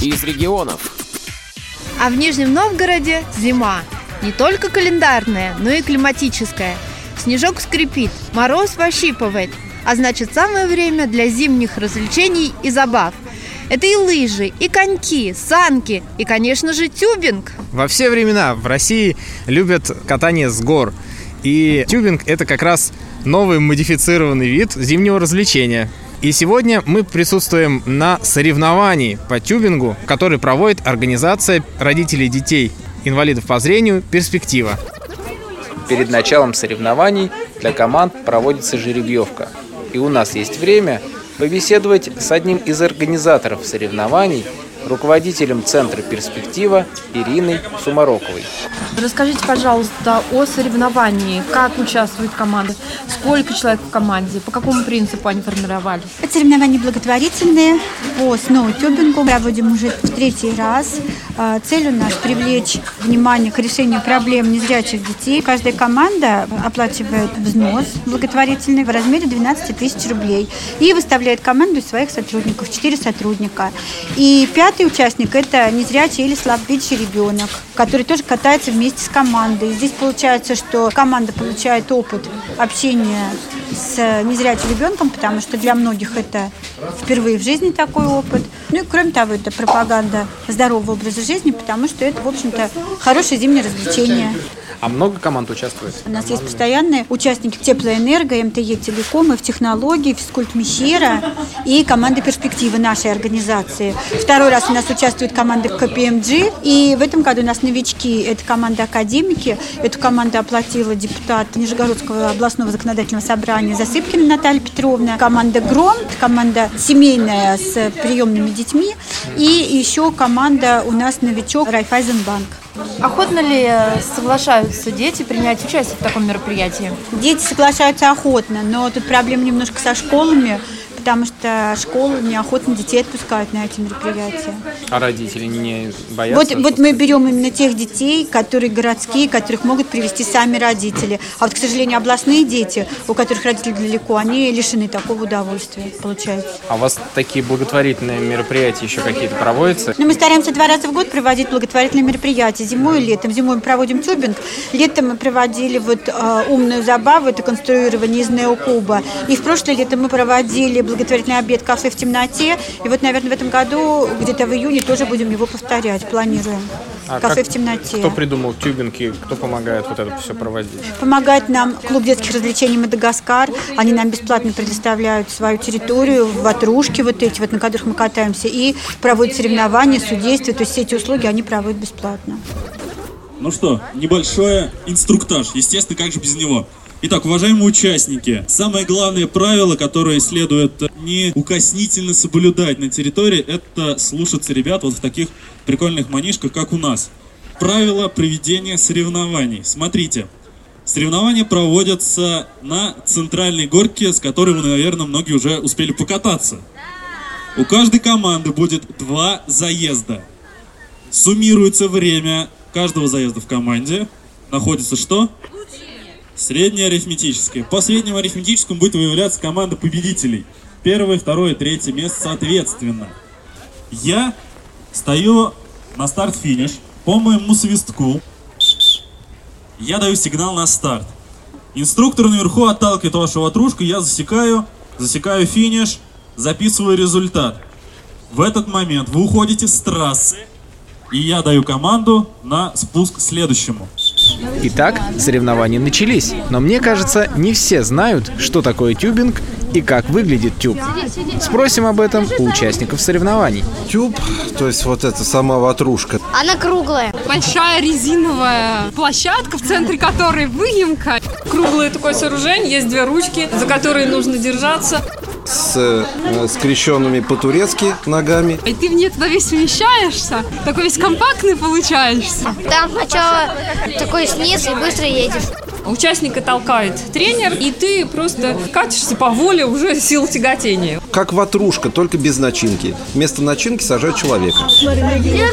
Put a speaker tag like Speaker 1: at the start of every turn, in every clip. Speaker 1: из регионов.
Speaker 2: А в Нижнем Новгороде зима. Не только календарная, но и климатическая. Снежок скрипит, мороз пощипывает. А значит, самое время для зимних развлечений и забав. Это и лыжи, и коньки, санки, и, конечно же, тюбинг.
Speaker 3: Во все времена в России любят катание с гор. И тюбинг – это как раз новый модифицированный вид зимнего развлечения. И сегодня мы присутствуем на соревновании по тюбингу, который проводит организация родителей детей инвалидов по зрению «Перспектива».
Speaker 1: Перед началом соревнований для команд проводится жеребьевка. И у нас есть время побеседовать с одним из организаторов соревнований, руководителем Центра «Перспектива» Ириной Сумароковой.
Speaker 4: Расскажите, пожалуйста, о соревновании. Как участвует команда? Сколько человек в команде? По какому принципу они формировались?
Speaker 5: Это соревнования благотворительные по сноутюбингу. Проводим уже в третий раз. А, Цель у нас – привлечь внимание к решению проблем незрячих детей. Каждая команда оплачивает взнос благотворительный в размере 12 тысяч рублей и выставляет команду из своих сотрудников, 4 сотрудника. И пятый участник – это незрячий или слабовидящий ребенок, который тоже катается вместе с командой. Здесь получается, что команда получает опыт общения с э, незрячим ребенком, потому что для многих это впервые в жизни такой опыт. Ну и кроме того, это пропаганда здорового образа жизни, потому что это, в общем-то, хорошее зимнее развлечение.
Speaker 1: А много команд участвует?
Speaker 5: У нас есть постоянные участники Теплоэнерго, МТЕ Телеком, и в технологии, физкульт Мещера и команда перспективы нашей организации. Второй раз у нас участвует команда КПМГ, и в этом году у нас новички. Это команда академики. Эту команду оплатила депутат Нижегородского областного законодательного собрания Засыпкина Наталья Петровна, команда Гром, команда семейная с приемными детьми, и еще команда у нас новичок Райфайзенбанк.
Speaker 4: Охотно ли соглашаются дети принять участие в таком мероприятии?
Speaker 5: Дети соглашаются охотно, но тут проблема немножко со школами, потому что школы неохотно детей отпускают на эти мероприятия.
Speaker 1: А родители не
Speaker 5: Вот,
Speaker 1: боятся?
Speaker 5: вот мы берем именно тех детей, которые городские, которых могут привести сами родители. А вот, к сожалению, областные дети, у которых родители далеко, они лишены такого удовольствия, получается.
Speaker 1: А у вас такие благотворительные мероприятия еще какие-то проводятся?
Speaker 5: Но мы стараемся два раза в год проводить благотворительные мероприятия, зимой и летом. Зимой мы проводим тюбинг, летом мы проводили вот э, умную забаву, это конструирование из неокуба. И в прошлое лето мы проводили благотворительный обед «Кафе в темноте». И вот, наверное, в этом году, где-то в июне, тоже будем его повторять, планируем.
Speaker 1: А
Speaker 5: «Кафе
Speaker 1: как-
Speaker 5: в темноте».
Speaker 1: Кто придумал тюбинки, кто помогает вот это все проводить?
Speaker 5: Помогает нам клуб детских развлечений «Мадагаскар». Они нам бесплатно предоставляют свою территорию, ватрушки вот эти, вот, на которых мы катаемся, и проводят соревнования, судейство. То есть все эти услуги они проводят бесплатно.
Speaker 6: Ну что, небольшой инструктаж. Естественно, как же без него. Итак, уважаемые участники, самое главное правило, которое следует неукоснительно соблюдать на территории, это слушаться ребят вот в таких прикольных манишках, как у нас. Правила проведения соревнований. Смотрите, соревнования проводятся на центральной горке, с которой вы, наверное, многие уже успели покататься. У каждой команды будет два заезда суммируется время каждого заезда в команде. Находится что? Среднее арифметическое. По среднему арифметическому будет выявляться команда победителей. Первое, второе, третье место соответственно. Я стою на старт-финиш. По моему свистку я даю сигнал на старт. Инструктор наверху отталкивает вашу ватрушку, я засекаю, засекаю финиш, записываю результат. В этот момент вы уходите с трассы, и я даю команду на спуск следующему.
Speaker 3: Итак, соревнования начались, но мне кажется, не все знают, что такое тюбинг и как выглядит тюб. Спросим об этом у участников соревнований.
Speaker 7: тюб, то есть вот эта сама ватрушка.
Speaker 8: Она круглая.
Speaker 9: большая резиновая площадка, в центре которой выемка. Круглое такое сооружение, есть две ручки, за которые нужно держаться.
Speaker 7: С э, скрещенными по-турецки ногами.
Speaker 9: И ты в нее туда весь вмещаешься, такой весь компактный получаешься.
Speaker 8: Там сначала такой сниз и быстро едешь.
Speaker 9: Участника толкает тренер, и ты просто катишься по воле уже сил тяготения.
Speaker 7: Как ватрушка, только без начинки. Вместо начинки сажают человека.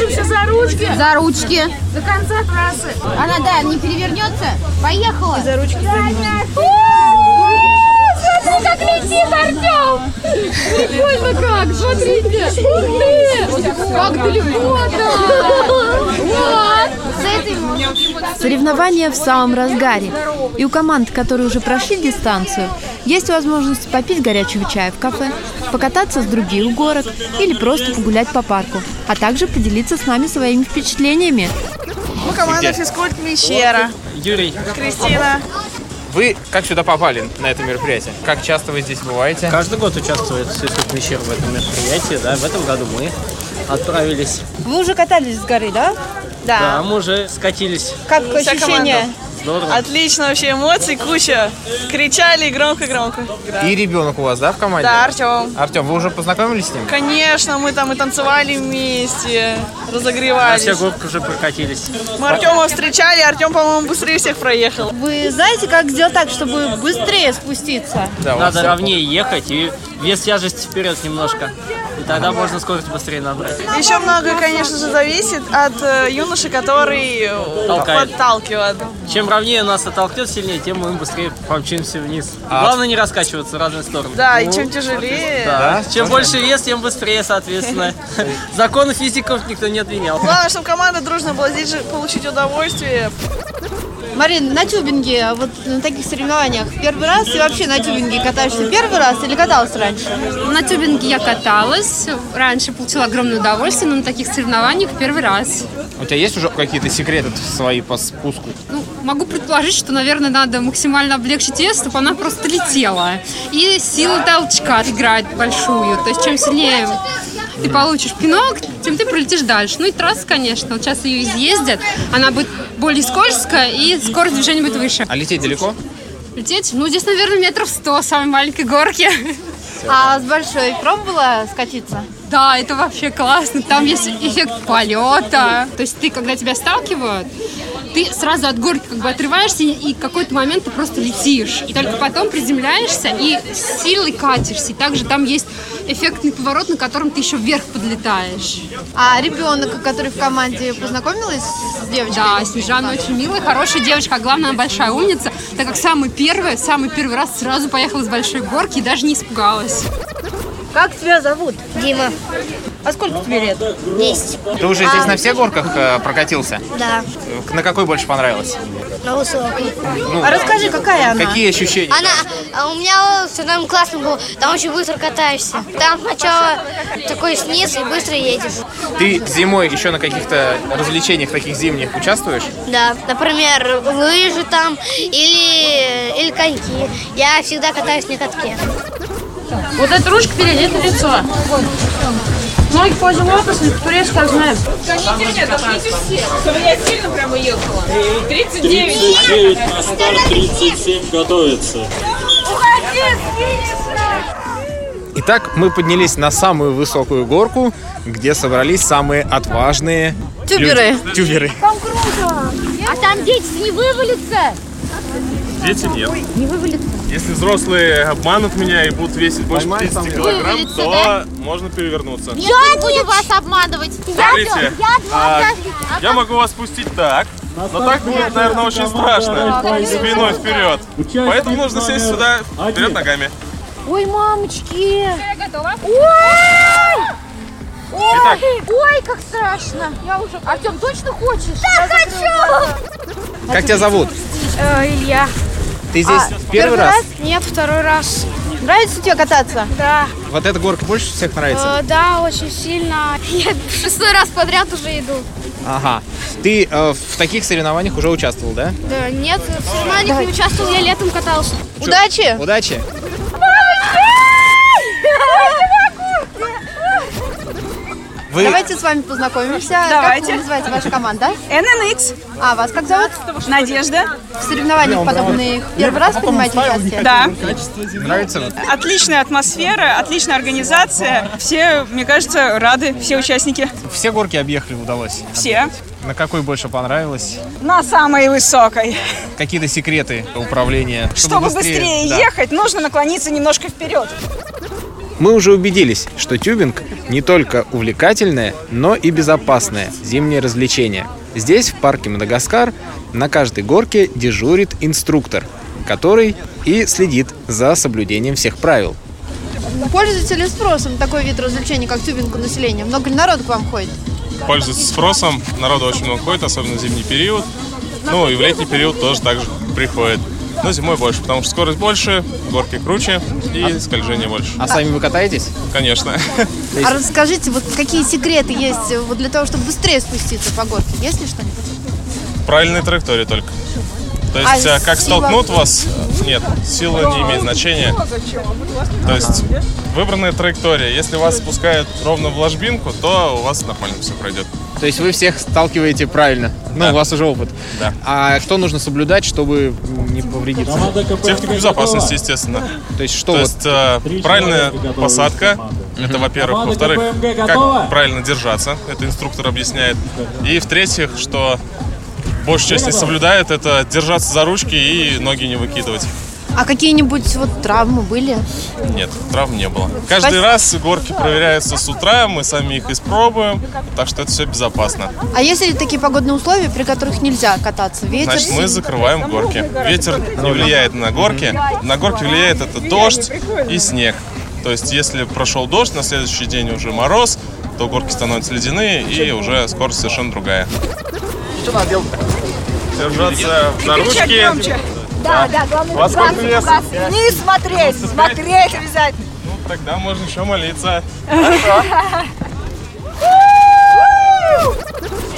Speaker 10: За ручки. До конца трассы. Она, да, не перевернется. Поехала. За ручки.
Speaker 9: ну
Speaker 10: Смотри, как летит Артем! Прикольно как, смотрите! Ух ты! Как далеко-то! Вот! С этой
Speaker 2: Соревнования в самом разгаре. И у команд, которые уже прошли дистанцию, есть возможность попить горячего чая в кафе, покататься с других горок или просто погулять по парку, а также поделиться с нами своими впечатлениями.
Speaker 11: Мы команда физкульт Мещера.
Speaker 3: Юрий,
Speaker 11: Кристина.
Speaker 3: вы как сюда попали на это мероприятие? Как часто вы здесь бываете?
Speaker 12: Каждый год участвует Сысок Мещер в этом мероприятии, да, в этом году мы отправились.
Speaker 13: Вы уже катались с горы, да?
Speaker 12: Да, мы уже скатились.
Speaker 13: Как
Speaker 11: Вся
Speaker 13: ощущения?
Speaker 11: команда.
Speaker 12: Здорово.
Speaker 11: Отлично, вообще эмоций куча. Кричали громко-громко.
Speaker 3: И ребенок у вас, да, в команде?
Speaker 11: Да, Артём.
Speaker 3: Артем, вы уже познакомились с ним?
Speaker 11: Конечно, мы там и танцевали вместе,
Speaker 12: На
Speaker 11: разогревались.
Speaker 12: все губки уже прокатились.
Speaker 11: Мы Артема встречали, Артем, по-моему, быстрее всех проехал.
Speaker 13: Вы знаете, как сделать так, чтобы быстрее спуститься?
Speaker 12: Надо ровнее ехать и вес тяжести вперед немножко. И тогда можно скорость быстрее набрать.
Speaker 11: Еще много, конечно же, зависит от э, юноши, который э,
Speaker 12: Толкает.
Speaker 11: подталкивает.
Speaker 12: Чем ровнее нас оттолкнет сильнее, тем мы быстрее помчимся вниз.
Speaker 11: А-
Speaker 12: Главное не раскачиваться в разные стороны.
Speaker 11: Да, и чем тяжелее.
Speaker 12: Да.
Speaker 11: Да?
Speaker 12: Чем больше вес, тем быстрее, соответственно. Законы физиков никто не отменял.
Speaker 11: Главное, чтобы команда дружно была здесь же получить удовольствие.
Speaker 13: Марин, на тюбинге, а вот на таких соревнованиях первый раз и вообще на тюбинге катаешься первый раз или каталась раньше?
Speaker 9: На тюбинге я каталась. Раньше получила огромное удовольствие, но на таких соревнованиях первый раз.
Speaker 3: У тебя есть уже какие-то секреты свои по спуску?
Speaker 9: Ну, могу предположить, что, наверное, надо максимально облегчить вес, чтобы она просто летела. И сила толчка играет большую. То есть, чем сильнее ты получишь пинок, тем ты пролетишь дальше. Ну и трасса, конечно. Вот сейчас ее изъездят. Она будет более скользкая, и скорость движения будет выше.
Speaker 3: А лететь далеко?
Speaker 9: Лететь? Ну, здесь, наверное, метров сто, самой маленькой горки.
Speaker 13: А с большой пробовала скатиться?
Speaker 9: Да, это вообще классно. Там есть эффект полета. То есть ты, когда тебя сталкивают, ты сразу от горки как бы отрываешься, и- и в какой-то момент ты просто летишь. И только потом приземляешься и с силой катишься. И также там есть эффектный поворот, на котором ты еще вверх подлетаешь.
Speaker 13: А ребенок, который в команде познакомилась с девочкой?
Speaker 9: Да, Снежана очень милая, хорошая девочка, а главное, она большая умница, так как самый первый, самый первый раз сразу поехала с большой горки и даже не испугалась.
Speaker 13: Как тебя зовут?
Speaker 8: Дима.
Speaker 13: А сколько тебе лет?
Speaker 8: Десять.
Speaker 3: Ты уже
Speaker 11: А.
Speaker 3: здесь на всех горках э, прокатился?
Speaker 8: Да,
Speaker 3: На какой больше понравилось?
Speaker 8: на высокой.
Speaker 3: Ну, А расскажи, какая она? какие ощущения?
Speaker 8: Она, а у меня все там классно было, там очень быстро катаешься. Там сначала такой сниз и быстро едешь.
Speaker 3: Ты зимой еще на каких-то развлечениях таких зимних участвуешь?
Speaker 8: Да, например, лыжи там или, или коньки. Я всегда катаюсь на катке.
Speaker 10: Вот эта ручка перед, это лицо. Ноги в позе лотоса, турецкая знаем.
Speaker 14: Гоните меня, дождите все, чтобы я сильно прямо ехала. 39.
Speaker 6: 39 на старт, 37 готовится.
Speaker 3: Итак, мы поднялись на самую высокую горку, где собрались самые отважные
Speaker 10: Тюберы.
Speaker 3: люди. Тюберы.
Speaker 10: Там круто. А там дети не вывалятся.
Speaker 15: Дети нет.
Speaker 10: Не вывалятся.
Speaker 15: Если взрослые обманут меня и будут весить больше 50 килограмм,
Speaker 10: Вывалится,
Speaker 15: то можно перевернуться.
Speaker 10: Я не буду вас обманывать.
Speaker 15: Смотрите, а, я могу вас пустить так, но Ну, так будет, наверное, очень страшно. Спиной вперед. Поэтому нужно сесть сюда вперед ногами.
Speaker 10: Ой, мамочки. Я готова. Ой! Ой, ой, как страшно. Я уже... Артем, точно хочешь? Да, хочу!
Speaker 3: Как тебя зовут?
Speaker 10: Э, Илья. А,
Speaker 3: Ты здесь первый раз?
Speaker 10: Нет, второй раз.
Speaker 13: Нравится тебе кататься?
Speaker 10: Да. Э,
Speaker 3: Вот эта горка больше всех нравится?
Speaker 10: да, очень сильно. Я шестой раз подряд уже иду.
Speaker 3: Ага. Ты э, в таких соревнованиях уже участвовал, да?
Speaker 10: Да, нет, в соревнованиях не участвовал, я летом катался.
Speaker 13: Удачи!
Speaker 3: Удачи! Вы-
Speaker 13: Давайте с вами познакомимся.
Speaker 14: Давайте.
Speaker 13: Как вы называете ваша команда?
Speaker 14: ННХ.
Speaker 13: А вас как зовут?
Speaker 14: Надежда.
Speaker 13: В соревнованиях подобных первый раз принимаете участие?
Speaker 14: Да.
Speaker 3: Нравится?
Speaker 14: Отличная атмосфера, отличная организация. Все, мне кажется, рады, все участники.
Speaker 3: Все горки объехали удалось?
Speaker 14: Все.
Speaker 3: На какой больше понравилось?
Speaker 14: На самой высокой.
Speaker 3: Какие-то секреты управления?
Speaker 14: Чтобы быстрее
Speaker 3: да.
Speaker 14: ехать, нужно наклониться немножко вперед.
Speaker 1: Мы уже убедились, что тюбинг не только увлекательное, но и безопасное зимнее развлечение. Здесь, в парке Мадагаскар, на каждой горке дежурит инструктор, который и следит за соблюдением всех правил.
Speaker 2: Пользуется ли спросом такой вид развлечений, как тюбинг у населения? Много ли народу к вам ходит?
Speaker 15: Пользуется спросом, народу очень много ходит, особенно в зимний период. Ну и в летний период тоже так же приходит. Но зимой больше, потому что скорость больше, горки круче и скольжение больше.
Speaker 16: А сами вы катаетесь?
Speaker 15: Конечно.
Speaker 2: А расскажите, вот какие секреты есть э, вот для того, чтобы быстрее спуститься по горке? Есть ли что-нибудь?
Speaker 15: Правильной траектории только. То
Speaker 2: А
Speaker 15: есть, э, как
Speaker 2: сила?
Speaker 15: столкнут вас, э, нет, сила не имеет значения. То есть, выбранная траектория. Если вас спускают ровно в ложбинку, то у вас нормально все пройдет.
Speaker 3: То есть вы всех сталкиваете правильно. Ну, у вас уже опыт.
Speaker 15: Да.
Speaker 3: А что нужно соблюдать, чтобы не повредиться?
Speaker 15: Техника безопасности, естественно.
Speaker 3: То есть
Speaker 15: То
Speaker 3: что вот?
Speaker 15: есть, э, правильная посадка, это во-первых.
Speaker 3: Команда
Speaker 15: Во-вторых,
Speaker 3: КПМГ готова?
Speaker 15: как правильно держаться, это инструктор объясняет. И в-третьих, что большую часть не соблюдает, это держаться за ручки и ноги не выкидывать.
Speaker 2: А какие-нибудь вот травмы были?
Speaker 15: Нет, травм не было. Каждый раз горки проверяются с утра, мы сами их испробуем, так что это все безопасно.
Speaker 2: А есть ли такие погодные условия, при которых нельзя кататься? Ветер?
Speaker 15: Значит, мы
Speaker 2: сильный?
Speaker 15: закрываем горки. Ветер не влияет на горки. На горки влияет это дождь и снег. То есть, если прошел дождь, на следующий день уже мороз, то горки становятся ледяные и уже скорость совершенно другая.
Speaker 11: Что надо делать?
Speaker 15: Держаться за ручки.
Speaker 11: Да,
Speaker 15: Да.
Speaker 11: да, главное
Speaker 15: Во сколько
Speaker 11: глаз-
Speaker 15: вес?
Speaker 11: глаз вниз смотреть, смотреть обязательно.
Speaker 15: Ну, тогда можно еще молиться.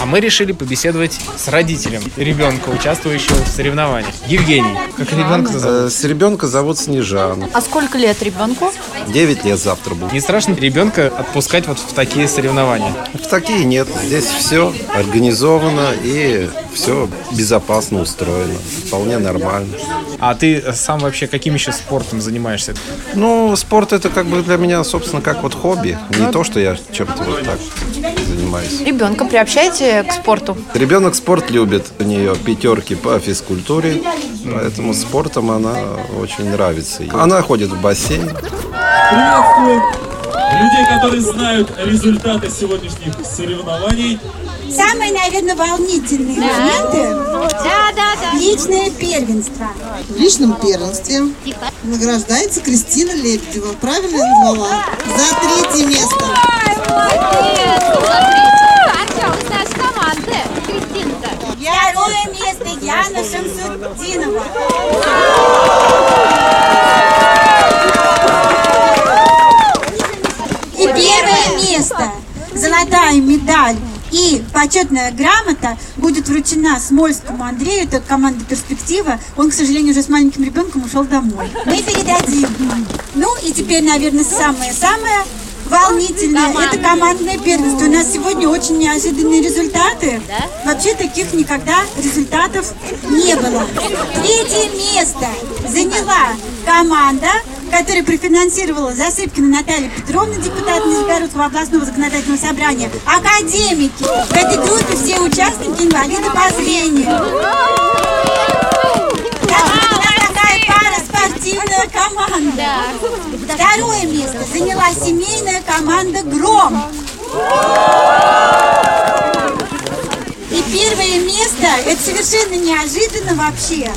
Speaker 3: А мы решили побеседовать с родителем ребенка, участвующего в соревнованиях. Евгений, как ребенка
Speaker 7: Э, С ребенка зовут Снежан.
Speaker 2: А сколько лет ребенку?
Speaker 7: 9 лет завтра будет.
Speaker 3: Не страшно ребенка отпускать вот в такие соревнования?
Speaker 7: В такие нет. Здесь все организовано и все безопасно устроено. Вполне нормально.
Speaker 3: А ты сам вообще каким еще спортом занимаешься?
Speaker 7: Ну, спорт это как бы для меня, собственно, как вот хобби. Не то, что я чем-то вот так занимаюсь.
Speaker 2: Ребенка приобщаете к спорту?
Speaker 7: Ребенок спорт любит. У нее пятерки по физкультуре, поэтому спортом она очень нравится. ей. Она ходит в бассейн.
Speaker 6: Приветствуем людей, которые знают результаты сегодняшних соревнований.
Speaker 5: Самые, наверное, волнительные моменты. Да, да, да. Личное первенство.
Speaker 10: В личном первенстве награждается Кристина Лебедева. Правильно назвала? За третье место.
Speaker 5: Второе место Яна Шамсутдинова. И первое место, золотая медаль и почетная грамота будет вручена Смольскому Андрею, это команда «Перспектива». Он, к сожалению, уже с маленьким ребенком ушел домой. Мы передадим. Ну и теперь, наверное, самое-самое волнительное. Это командное первенство. У нас сегодня очень неожиданные результаты. Вообще таких никогда результатов не было. Третье место заняла команда, которая профинансировала Засыпкина Наталья Петровна, депутат Нижегородского областного законодательного собрания, академики. В этой группе все участники инвалиды по зрению. Так что у нас такая пара спортивная команда. Второе место заняла семейная команда «Гром». И первое место, это совершенно неожиданно вообще.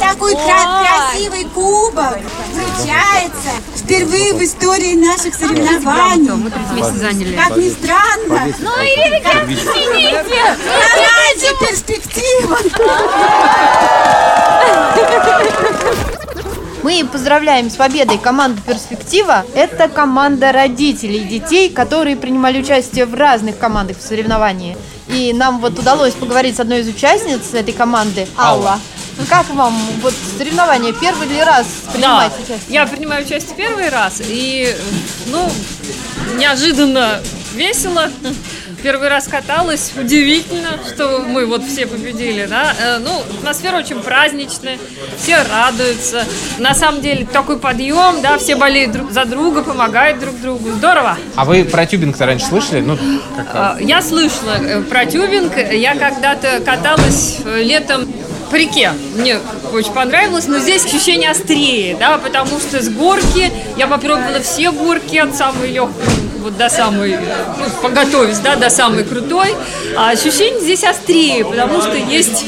Speaker 5: Такой кра- красивый кубок вручается впервые в истории наших соревнований. Мы
Speaker 7: вместе заняли.
Speaker 5: Как ни странно.
Speaker 7: Ну и, ребят, извините.
Speaker 5: Давайте перспектива.
Speaker 17: Мы поздравляем с победой команду «Перспектива». Это команда родителей детей, которые принимали участие в разных командах в соревновании. И нам вот удалось поговорить с одной из участниц этой команды, Алла.
Speaker 18: Алла.
Speaker 17: Как вам вот соревнования? Первый ли раз принимать
Speaker 19: Да,
Speaker 17: участие?
Speaker 19: Я принимаю участие первый раз, и, ну, неожиданно весело. Первый раз каталась, удивительно, что мы вот все победили, да. Э, Ну, атмосфера очень праздничная, все радуются. На самом деле такой подъем, да, все болеют друг за друга, помогают друг другу. Здорово.
Speaker 3: А вы про тюбинг-то раньше слышали? Ну, как-
Speaker 19: А, Я слышала э, про тюбинг. Я когда-то каталась э, летом по реке. Мне очень понравилось, но здесь ощущение острее, да, потому что с горки я попробовала все горки от самой легкой вот до самой, э, ну, поготовясь, да, до самой крутой. А ощущение здесь острее, потому что есть,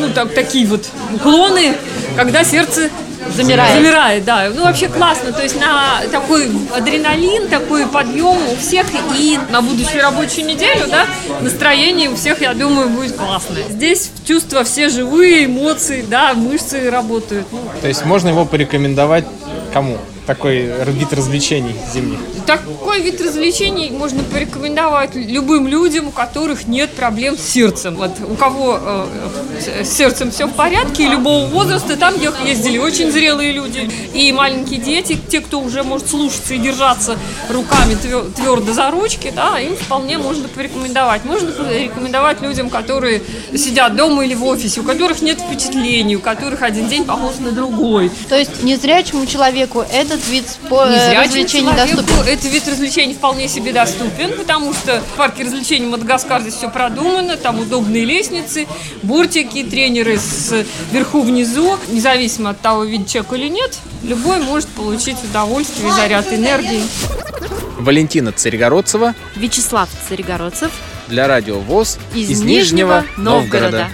Speaker 19: ну, так, такие вот уклоны, когда сердце Замирает. Замирает, да. Ну, вообще классно. То есть на такой адреналин, такой подъем у всех и на будущую рабочую неделю, да, настроение у всех, я думаю, будет классное. Здесь чувства все живые, эмоции, да, мышцы работают. Ну,
Speaker 3: То есть можно его порекомендовать кому? Такой вид развлечений зимних.
Speaker 19: Такой вид развлечений можно порекомендовать любым людям, у которых нет проблем с сердцем. Вот у кого э, с- с сердцем все в порядке, и любого возраста, там где ездили очень зрелые люди, и маленькие дети, те, кто уже может слушаться и держаться руками твер- твердо за ручки, да, им вполне можно порекомендовать. Можно порекомендовать людям, которые сидят дома или в офисе, у которых нет впечатлений, у которых один день похож на другой.
Speaker 2: То есть незрячему человеку этот вид спо-
Speaker 19: Незрячему
Speaker 2: Э, развлечений
Speaker 19: человеку
Speaker 2: доступен.
Speaker 19: Этот вид развлечений вполне себе доступен, потому что в парке развлечений Мадагаскар здесь все продумано, там удобные лестницы, бортики, тренеры с верху внизу, независимо от того, видит человек или нет, любой может получить удовольствие и
Speaker 2: ну
Speaker 19: заряд энергии.
Speaker 1: Валентина Царегородцева
Speaker 20: Вячеслав Царегородцев
Speaker 1: для радио ВОЗ
Speaker 20: из, Нижнего Новгорода.